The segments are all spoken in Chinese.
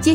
接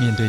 面对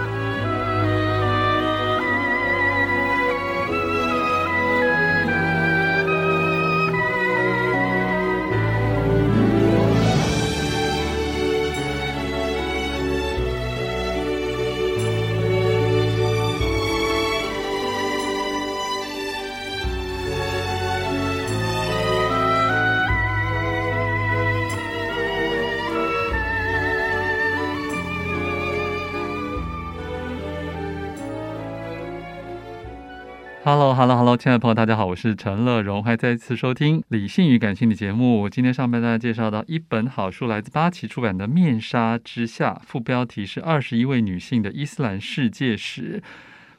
h e l l o h e l l o h e l l o 亲爱的朋友，大家好，我是陈乐荣，欢迎再次收听《理性与感性》的节目。今天上半段介绍到一本好书，来自八旗出版的《面纱之下》，副标题是“二十一位女性的伊斯兰世界史”。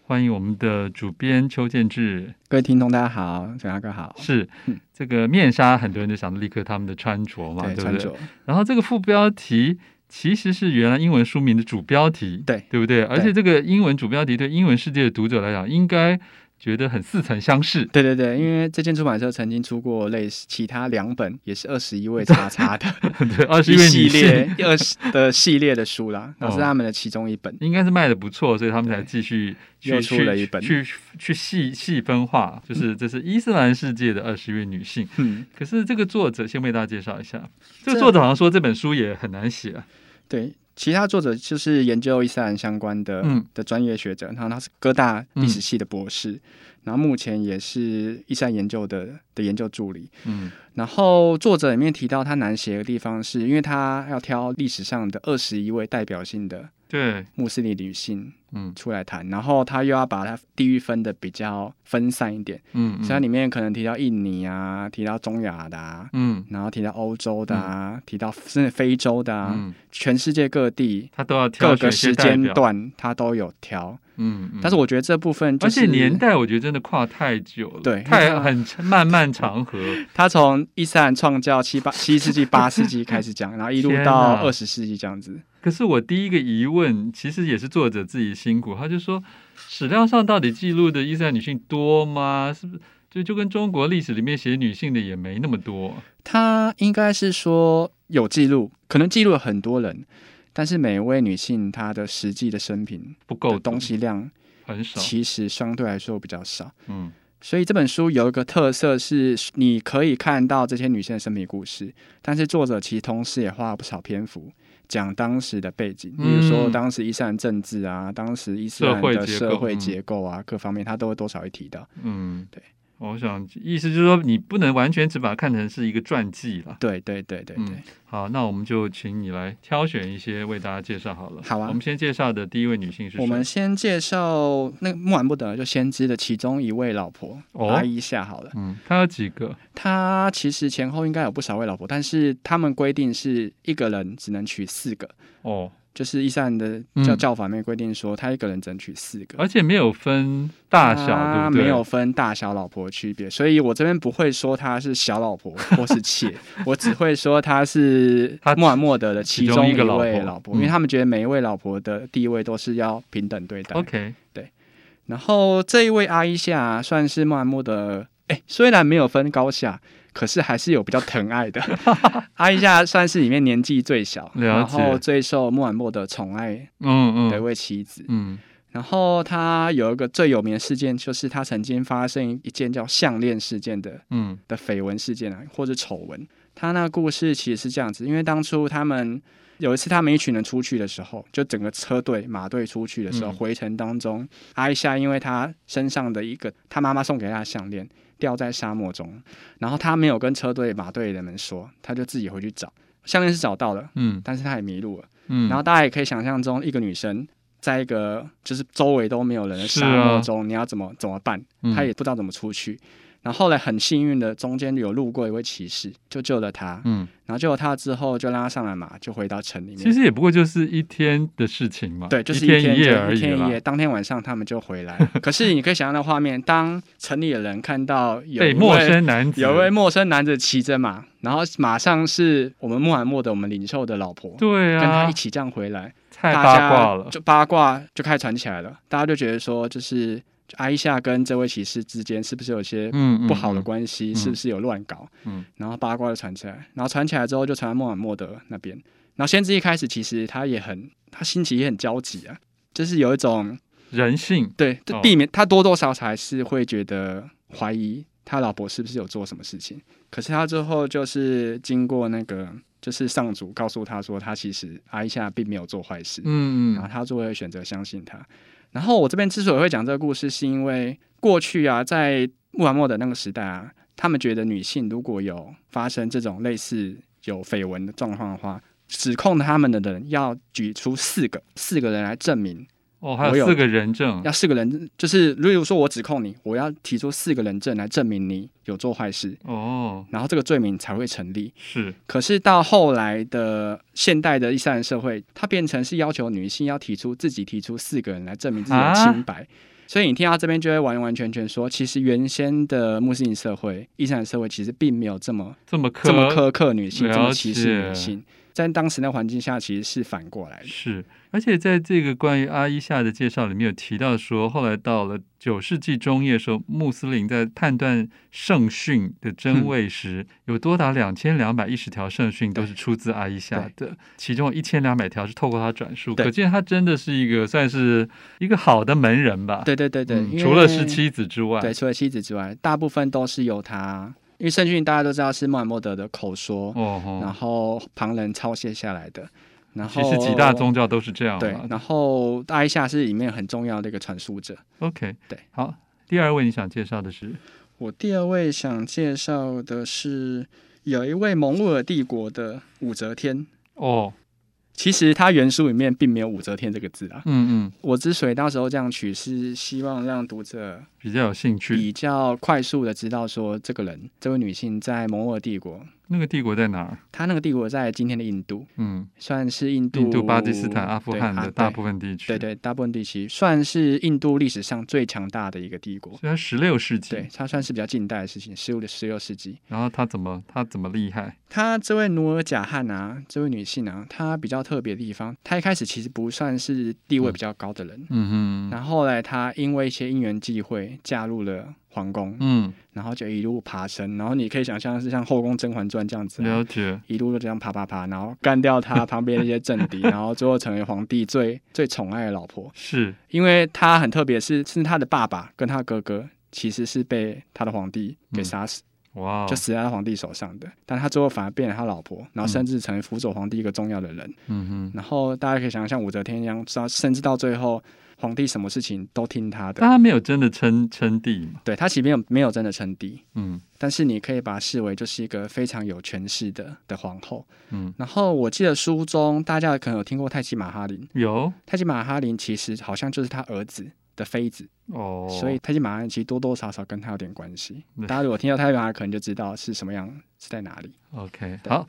欢迎我们的主编邱建志，各位听众，大家好，小杨哥好，是这个面纱，很多人就想到立刻他们的穿着嘛，对不穿对？着然后这个副标题其实是原来英文书名的主标题，对对不对？而且这个英文主标题对英文世界的读者来讲，应该觉得很似曾相识。对对对，因为这间出版社曾经出过类似其他两本，也是二十一位叉叉的对， 二十一位系女列性二十的系列的书啦，那是哦他们的其中一本。 应该是卖的不错，所以他们才继续去又出了一去本去去细细分化，就是这是伊斯兰世界的二十位女性。嗯，可是这个作者先为大家介绍一下，这这个作者好像说这本书也很难写啊，对。其他作者就是研究伊斯兰相关的、嗯的专业学者，然后他是哥大历史系的博士，然后目前也是伊斯兰研究的的研究助理。嗯然后作者里面提到他难写的地方是，因为他要挑历史上的二十一位代表性的对，穆斯林女性嗯出来谈，然后他又要把它地域分的比较分散一点，嗯所以它里面可能提到印尼啊，提到中亚的啊，嗯然后提到欧洲的啊，提到甚至非洲的啊，嗯，全世界各地他都要挑各选个一些时代间表，段他都有挑，嗯，嗯但是我觉得这部分就而是且年代我觉得真的跨太久了，对太很漫漫长河，他从伊斯兰创教七八七世纪八世纪开始讲，然后一路天到哪二十世纪这样子。可是我第一个疑问，其实也是作者自己辛苦，他就说史料上到底记录的伊斯兰女性多吗？是不是就就跟中国历史里面写女性的也没那么多？他应该是说有记录，可能记录了很多人，但是每位女性她的实际的生平不够的东西量很少。其实相对来说比较少。嗯所以这本书有一个特色是，你可以看到这些女性的生平故事，但是作者其实同时也花了不少篇幅讲当时的背景，比嗯如说当时伊斯兰政治啊，当时伊斯兰的社社会会结结构啊，各方面他都会多少会提到。嗯，对。我想意思就是说，你不能完全只把它看成是一个传记了。对对对对对嗯，好，那我们就请你来挑选一些为大家介绍好了。好啊我们先介绍的第一位女性是谁？我们先介绍那个穆罕默德就先知的其中一位老婆、哦阿伊夏好了。嗯，她有几个？她其实前后应该有不少位老婆，但是他们规定是一个人只能娶四个，哦，就是伊斯兰的嗯教教法里面规定说，他一个人只能娶四个。而且没有分大小，对他不对？啊没有分大小老婆的区别，所以我这边不会说她是小 老婆或是妾，我只会说她是她穆罕默德的其其中中一一个位老老婆婆，嗯因为他们觉得每一位老婆的地位都是要平等对待。 OK，然后这一位阿伊夏啊算是穆罕默德，哎，虽然没有分高下，可是还是有比较疼 爱的。阿伊夏算是里面年纪最小，了解然后最受穆罕默德宠爱嗯的一嗯位妻子。嗯，然后他有一个最有名的事件，就是他曾经发生一件叫项链事件的嗯的绯闻事件啊，或者丑闻。他那故事其实是这样子，因为当初他们有一次他们一群人出去的时候，就整个车队马队出去的时嗯候，回程当中，阿夏因为他身上的一个他妈妈送给他的项链掉在沙漠中，然后他没有跟车队马队的人们说，他就自己回去找。项链是找到了，嗯但是她也迷路了。嗯，然后大家也可以想象中，一个女生在一个就是周围都没有人的是沙啊漠中，你要怎么怎么办？嗯她也不知道怎么出去。然后后来很幸运的，中间有路过一位骑士，就救了她。嗯，然后救了她之后，就让她上了马，就回到城里其面。实也不过就是一天的事情嘛，对，就是一天一夜就而一已天一啦夜。。当天晚上他们就 回来了。可是你可以想象的画面，当城里的人看到有被一陌位生男子有一位陌生男子骑着马，然后马上是我们穆罕默德我们领袖的老婆，对跟他啊一，起这样回来，太大八家卦了，就八卦就开始传起来了。大家就觉得说，就是就阿伊夏跟这位骑士之间是不是有些嗯，嗯不好的嗯关系，嗯是不是有乱搞？嗯然后八卦就传起来，然后传起来之后就传到穆罕默德那边。然后先知一开始其实他也很，他心情也很焦急啊，就是有一种人性，对，哦这避免他多多少少还是会觉得怀疑他老婆是不是有做什么事情。可是他最后就是经过那个，就是上主告诉他说，他其实阿伊夏并没有做坏事，嗯然后嗯他作为选择相信他。然后我这边之所以会讲这个故事，是因为过去啊，在穆罕默德那个时代啊，他们觉得女性如果有发生这种类似有绯闻的状况的话，指控他们的人要举出四个四个人来证明哦，还我有有四个人证，要四个人，就是例如说我指控你，我要提出四个人证来证明你有做坏事，哦，然后这个罪名才会成立。是，可是到后来的现代的伊斯兰社会，它变成是要求女性要提出自己提出四个人来证明自己啊的清白。所以你听到这边就会完完全全说，其实原先的穆斯林社会、伊斯兰社会其实并没有这么这么苛，这么苛刻女性、了这解么歧视女性，在当时那环境下其实是反过来的。是，而且在这个关于阿伊夏的介绍里面有提到说，后来到了九世纪中叶的时候，穆斯林在判断圣训的真嗯伪时，有多达两千两百一十条圣训都对是出自阿伊夏的，其中一千两百条是透过他转述，对可见他真的是一个算是一个好的门人吧。对对对对，嗯因为除了是妻子之外，对，除了妻子之外，大部分都是由他，因为圣训大家都知道是穆罕默德的口说，哦然吼，后旁人抄写下来的。然其后实几大宗教都是这样对嘛，。然后大伊夏是里面很重要的一个传输者。 OK，对，好。第二位你想介绍的是，我第二位想介绍的是有一位蒙古尔帝国的武则天。哦，其实它原书里面并没有“武则天”这个字啊。嗯嗯，我之所以到时候这样取，是希望让读者比较有兴趣。比较快速的知道说，这个人，这位女性在蒙古尔帝国，那个帝国在哪儿？她那个帝国在今天的印度，嗯，算是印度、印度、巴基斯坦、阿富对汗啊的大对部分地区。对对，大部分地区算是印度历史上最强大的一个帝国。所以他十六世对纪，，它算是比较近代的事情，十五、十六世纪。然后他怎么他怎么厉害？她这位努尔贾汗啊，这位女性啊，她比较特别的地方，她一开始其实不算是地位比较高的人，嗯哼，然后后来她因为一些因缘际会嫁入了皇宫，嗯，然后就一路爬升，然后你可以想象是像《后宫甄嬛传》这样子啊、了解。一路就这样爬爬爬，然后干掉她旁边的一些政 敌，然后最后成为皇帝最最宠爱的老婆。是因为她很特别是，是她的爸爸跟她哥哥其实是被她的皇帝嗯给杀死，哇哦，就死在她皇帝手上的。但她最后反而变成她老婆，然后甚至成为辅佐皇帝一个重要的人。嗯哼。然后大家可以想象武则天一样，到甚至到最后，皇帝什么事情都听她的但。他没有真的称称帝嘛？对她其实没有没有真的称帝，嗯但是你可以把她视为就是一个非常有权势的的皇后。嗯，然后我记得书中大家可能有听过泰姬玛哈林，有泰姬玛哈林其实好像就是她儿子的妃子。哦，所以泰姬玛哈其实多多少少跟他有点关系对。大家如果听到泰姬玛哈，可能就知道是什么样，是在哪里。 OK 对好。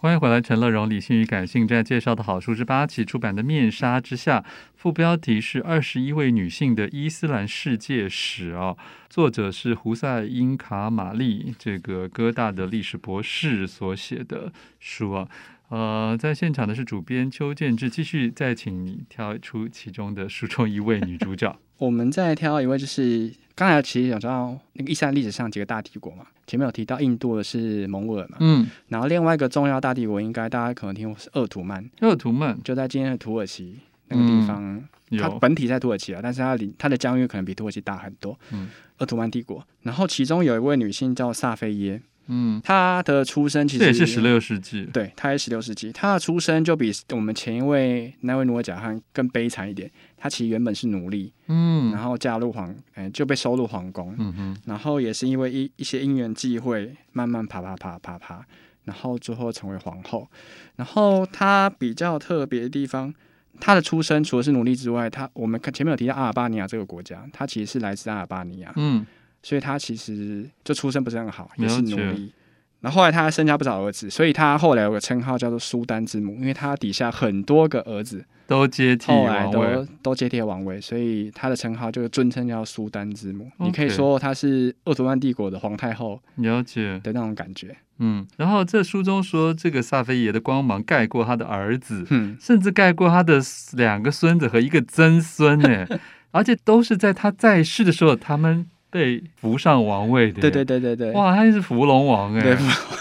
欢迎回来，陈乐荣。理性与感性在介绍的好书之八期出版的《面纱之下》，副标题是“二十一位女性的伊斯兰世界史”哦，作者是胡塞因卡玛丽，这个哥大的历史博士所写的书啊。呃，在现场的是主编邱建志，继续再请你挑出其中的书中一位女主 角。我们再挑一位，就是刚才其实讲到那个伊斯兰历史上几个大帝国嘛，前面有提到印度的是蒙古尔嘛，嗯，然后另外一个重要大帝国，应该大家可能听过是鄂图曼，鄂图曼就在今天的土耳其那个地方。它嗯有本体在土耳其啊，但是它领它的疆域可能比土耳其大很多。嗯，鄂图曼帝国，然后其中有一位女性叫萨菲耶，嗯，她的出生其这实也是十六世纪。对，他是十六世纪，他的出生就比我们前一位那位努尔贾汗更悲惨一点。他其实原本是奴隶，嗯然后嫁入皇，哎、就被收入皇宫，嗯哼然后也是因为一一些因缘际会，慢慢爬爬爬爬爬，然后最后成为皇后。然后她比较特别的地方，她的出身除了是奴隶之外，她我们看前面有提到阿尔巴尼亚这个国家，她其实是来自阿尔巴尼亚，嗯，所以她其实就出身不是很好，了也是奴解隶。然后后来她生下不少儿子，所以她后来有个称号叫做苏丹之母，因为她底下很多个儿子都接替后来王都位，都接替了王位，所以她的称号就是尊称叫苏丹之母。你可以 OK 说她是奥斯曼帝国的皇太后了解，的那种感觉。嗯。然后这书中说，这个萨菲耶的光芒盖过他的儿子， 嗯，甚至盖过他的两个孙子和一个曾孙呢， 而且都是在他在世的时候，他们被扶上王位的。对对。对对对，哇，他是伏龙王哎对，，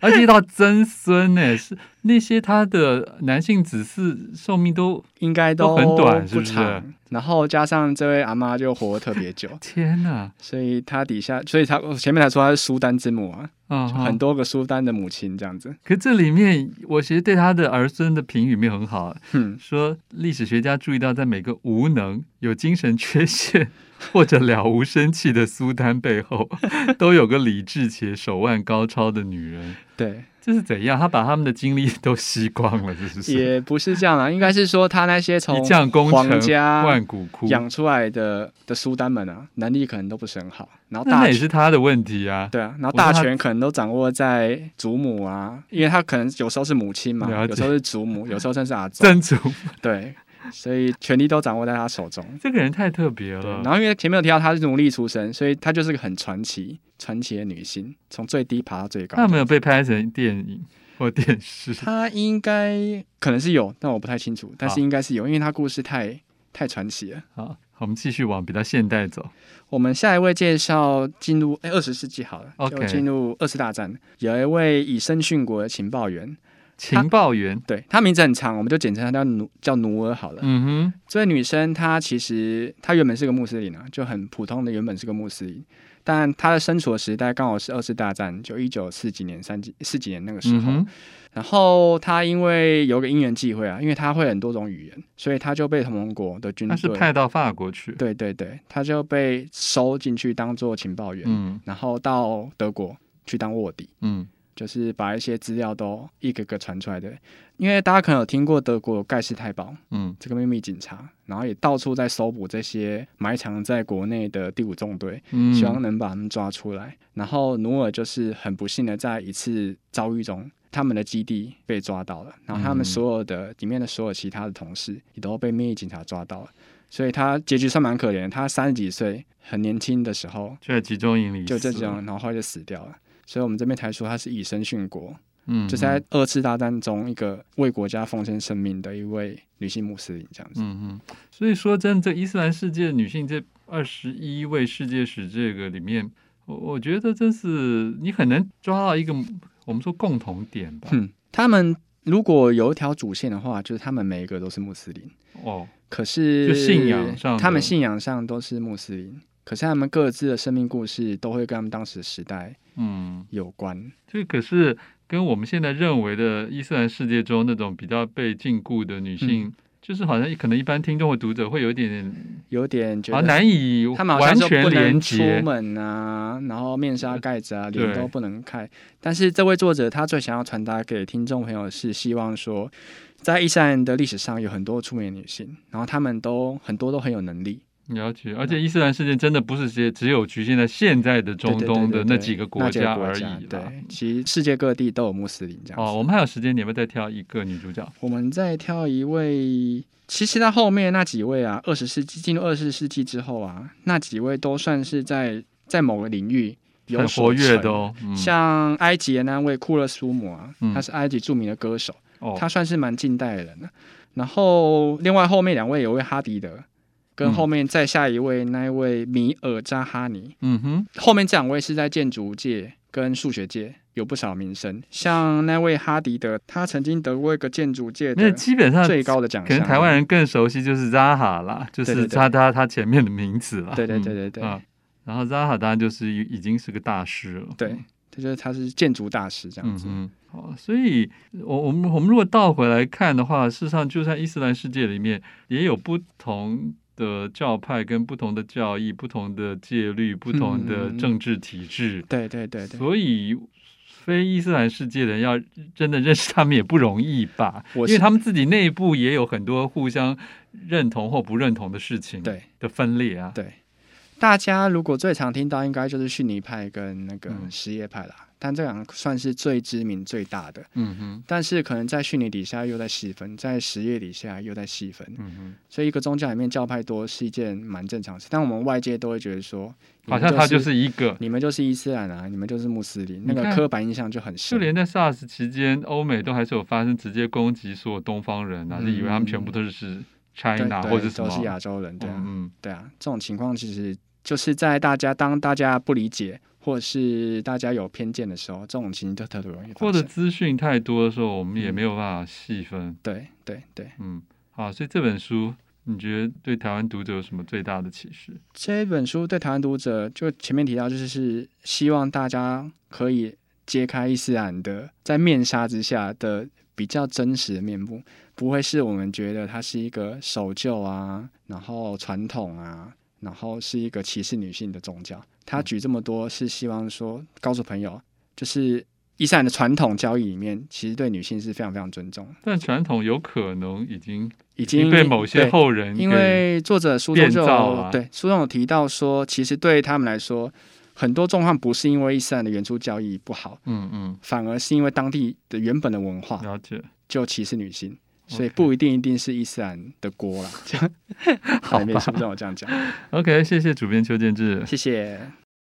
而且到曾孙呢，是那些他的男性子嗣寿命都应该都很短是不不是，长。然后加上这位阿妈就活得特别久天哪所以她底下，所以她我前面才说她是苏丹之母啊，啊，就哈很多个苏丹的母亲这样子。可这里面，我其实对他的儿孙的评语没有很好，嗯，说历史学家注意到，在每个无能、有精神缺陷或者了无生气的苏丹背后， 都有个理智且手腕高超的女人。对，这是怎样？他把他们的精力都吸光了， 是不是？也不是这样啊，应该是说她那些从一将功皇成家万骨枯，养出来的的苏丹们啊，能力可能都不是很好，然后那大那也是他的问题啊。对啊，然我后说大他权可能都掌握在祖母啊，因为他可能有时候是母亲嘛，了解有时候是祖母，有时候甚 至阿祖，真主，对，所以权力都掌握在 他手中。这个人太特别对，了然。后因为前面有提到她是奴隶出身，所以她就是个很传奇、传奇的女性，从最低爬到最高他。有没有被拍成电影或电视？她应该可能是有，但我不太清楚，但好是应该是有，因为她故事太太传奇了。好，我们继续往比较现代走。我们下一位介绍进入哎二十世纪好了 OK 就进入二次大战，有一位以身殉国的情报员，情报员，对，她名字很长，我们就简称她叫奴叫奴儿好了。嗯哼，这位女生她其实她原本是个穆斯林啊，就很普通的，原本是个穆斯林，但她的身处的时代刚好是二次大战，就一九四几年、三几四几年那个时嗯候。哼，然后她因为有个因缘际会啊，因为她会很多种语言，所以她就被同盟国的军他是队，派到法国去。对对对，她就被收进去当做情报员，嗯然后到德国去当卧底。嗯，就是把一些资料都一个个传出来的。因为大家可能有听过德国有盖世太保嗯，这个秘密警察，然后也到处在搜捕这些埋藏在国内的第五纵队，嗯，希望能把他们抓出来。然后努尔就是很不幸的在一次遭遇中。他们的基地被抓到了，然后他嗯们所有的、里面的所有其他的同事也都被秘密警察抓到了，所以他结局算蛮可怜的。他三十几岁，很年轻的时候就在集中营里就这死种，了，然后后来就死掉了。所以我们这边才说他是以身殉国，嗯，就是在二次大战中一个为国家奉献生命的一位女性穆斯林这样子。嗯嗯，所以说真的，这伊斯兰世界女性这二十一位世界史这个里面，我我觉得真是你很难抓到一个我们说共同点吧。哼、嗯他们如果有一条主线的话，就是他们每一个都是穆斯林，哦，可是就信仰上的他们信仰上都是穆斯林，可是他们各自的生命故事都会跟他们当时时代嗯，有关。这可是跟我们现在认为的伊斯兰世界中那种比较被禁锢的女嗯性。就是好像可能一般听众或读者会有一点点有点觉啊得难以他们好像完说全不连能出接，门啊，然后面纱盖着啊，对脸都不能开。但是这位作者他最想要传达给听众朋友是希望说，在伊斯兰的历史上有很多出名的女性，然后她们都很多都很有能力，了解，而且伊斯兰世界真的不是只只有局限在现在的中对对对东对的对那几个国那几个家国而家已啦。嗯对，其实世界各地都有穆斯林这样子。哦，我们还有时间，你要不要再挑一个女主角？我们再挑一位，其实他后面那几位啊，二十世纪进入二十世纪之后啊，那几位都算是在在某个领域有很活所跃的成哦，嗯，像埃及的那位库勒苏姆啊嗯，他是埃及著名的歌手，哦他算是蛮近代的人了、啊然后另外后面两位有位哈迪德，跟嗯后面再下一位那一位米尔扎哈尼，嗯哼，后面这两位是在建筑界跟数学界有不少名声。像那位哈迪德，他曾经得过一个建筑界那的基本上最高的奖可项，能台湾人更熟悉就是 Zaha 啦，就对对是对他他他前面的名字啦。对对对嗯对对啊，然后 Zaha 当然就是已已经是个大师了。对，他就是他是建筑大师这样嗯子。嗯，好，所以我我们我们如果倒回来看的话，事实上就在伊斯兰世界里面也有不同。的教派跟不同的教义、不同的戒律、不同的嗯政治体制，对对对对，所以非伊斯兰世界的人要真的认识他们也不容易吧？我因为是他们自己内部也有很多互相认同或不认同的事情，对的分裂啊，对，大家如果最常听到应该就是逊尼派跟那个嗯什叶派啦，但这两个算是最知名最大的，嗯哼，但是可能在逊尼底下又在细分，在什叶底下又在细分，嗯哼，所以一个宗教里面教派多是一件蛮正常的事，但我们外界都会觉得说，你好们像他就就是一个，你们就是伊斯兰啊，你们就是穆斯林，那你个看刻板印象就很就深。连在 SARS 期间，欧美都还是有发生直接攻击所有东方人啊，嗯就以为他们全部都是对 China 啊对或者什都么，是亚洲人，对啊，嗯对啊，这种情况其实就是在大家当大家不理解或是大家有偏见的时候，这种情形就特别容易发或者生。资讯太多的时候，我们也嗯没有办法细分，对对对，嗯，好，所以这本书你觉得对台湾读者有什么最大的启示？这本书对台湾读者，就前面提到，就是是希望大家可以揭开伊斯兰的在面纱之下的比较真实的面目，不会是我们觉得它是一个守旧啊，然后传统啊，然后是一个歧视女性的宗教。嗯他举这么多是希望说告诉朋友，就是伊斯兰的传统教义里面，其实对女性是非常非常尊重的，但传统有可能已经已已经经被某些对后人因给为作者书中就变造啊了有对书中有提到说，其实对他们来说，很多状况不是因为伊斯兰的原初教义不好，嗯嗯反而是因为当地的原本的文化了解，就歧视女性，所以 OK 不一定一定是伊斯兰的锅啦。这样， 好里面书中有这样讲， OK，谢谢主编邱建志。谢谢。